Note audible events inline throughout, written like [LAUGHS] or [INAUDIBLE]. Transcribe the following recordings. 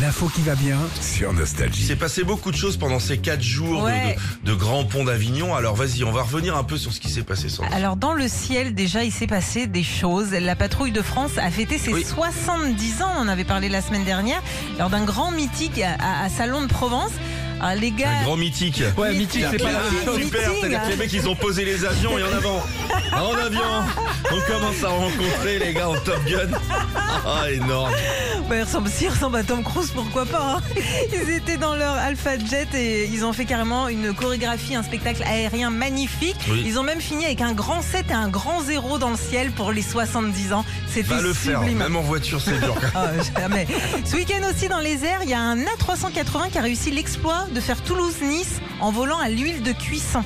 L'info qui va bien. sur Nostalgie. Il s'est passé beaucoup de choses pendant ces quatre jours de- Ouais. de, de, Grand Pont d'Avignon. Alors vas-y, on va revenir un peu sur ce qui s'est passé. Sandra. Alors dans le ciel déjà il s'est passé des choses. La patrouille de France a fêté ses Oui. 70 ans, on en avait parlé la semaine dernière, lors d'un grand mythique à, à- à Salon de Provence. Alors, les gars... Un grand mythique. Ouais, Mais mythique, c'est tu- pas la Ah, même chose. mythique. Super, c'est-à-dire que les mecs ils ont posé les avions et en avant. Ah, En avion, on commence à rencontrer les gars en Top Gun. Ah énorme. Bah, il ressemble, s'il ressemble à Tom Cruise, pourquoi pas hein Ils étaient dans leur Alpha Jet et ils ont fait carrément une chorégraphie, un spectacle aérien magnifique. Oui. Ils ont même fini avec un grand 7 et un grand 0 dans le ciel pour les 70 ans. C'était Va le faire, sublime. même en voiture c'est dur. Ah, jamais. Ce week-end aussi dans les airs, il y a un A380 qui a réussi l'exploit de faire Toulouse-Nice en volant à l'huile de cuisson.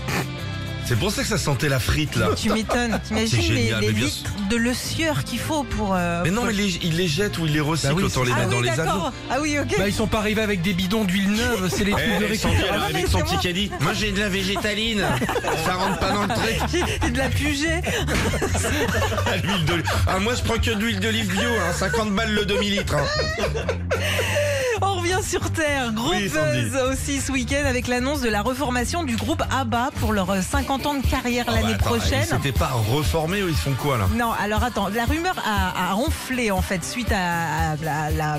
C'est pour ça que ça sentait la frite là. Tu m'étonnes. C'est T'imagines les, génial, les mais bien sûr. litres de le sueur qu'il faut pour. euh, Mais non, pour- mais les- ils les jettent ou ils les recyclent, Bah oui, autant les ah mettre oui, dans les d'accord. avions. Ah oui, ok. [LAUGHS] Bah, ils sont pas arrivés avec des bidons d'huile neuve, c'est les Eh, trucs de elle s'en vient, récupération. elle arrive Ah mais c'est moi. caddie. Moi j'ai de la végétaline. Ça rentre pas dans le truc. de la pugée. Ah, l'huile d'olive. Ah, moi, je prends que de l'huile d'olive bio, hein, 50 balles le demi-litre. hein. On revient sur Terre. Gros Oui, Sandy. buzz aussi ce week-end avec l'annonce de la reformation du groupe ABBA pour leurs euh, 50 ans de carrière Ah, l'année bah, attends, prochaine. Ils s'étaient pas reformés ou ils font quoi là Non, alors attends, la rumeur a, a ronflé en fait suite à, à la- la-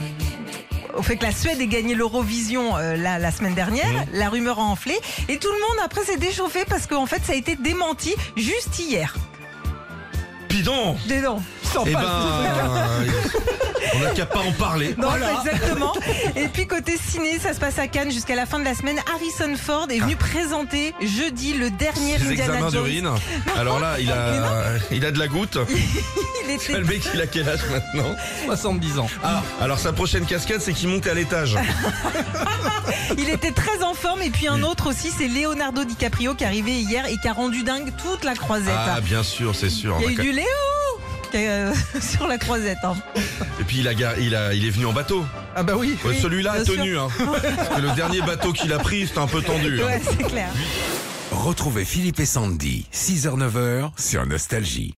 au fait que la Suède ait gagné l'Eurovision euh, la, la semaine dernière. La rumeur a enflé et tout le monde après s'est déchauffé parce qu'en fait ça a été démenti juste hier. Pidon Dis donc. Sans Eh ben, pas le truc. on n'a qu'à pas en parler. Non, c'est [LAUGHS] [LAUGHS] exactement. Et puis côté ciné, ça se passe à Cannes jusqu'à la fin de la semaine. Harrison Ford est venu présenter jeudi le dernier Les Indiana Ah. examens Jones. d'urine. Alors là, il a, il a de la [LAUGHS] goutte. Il était Le mec, il a quel âge maintenant 70 ans. Ah, alors sa prochaine cascade, c'est qu'il monte à l'étage. [LAUGHS] Ah, Il était très en forme et puis un autre aussi, c'est Leonardo DiCaprio qui est arrivé hier et qui a rendu dingue toute la croisette. Ah, bien sûr, c'est sûr. Il y a eu du Léo qui est, euh, [LAUGHS] sur la croisette. hein. Et puis, il, a, gar- il, a, il est venu en bateau. Ah bah oui. Ouais, Oui, Celui-là a bien tenu. Hein. Parce que le dernier bateau qu'il a pris, c'était un peu tendu. hein. Ouais, c'est clair. Retrouvez Philippe et Sandy, 6h-9h sur Nostalgie.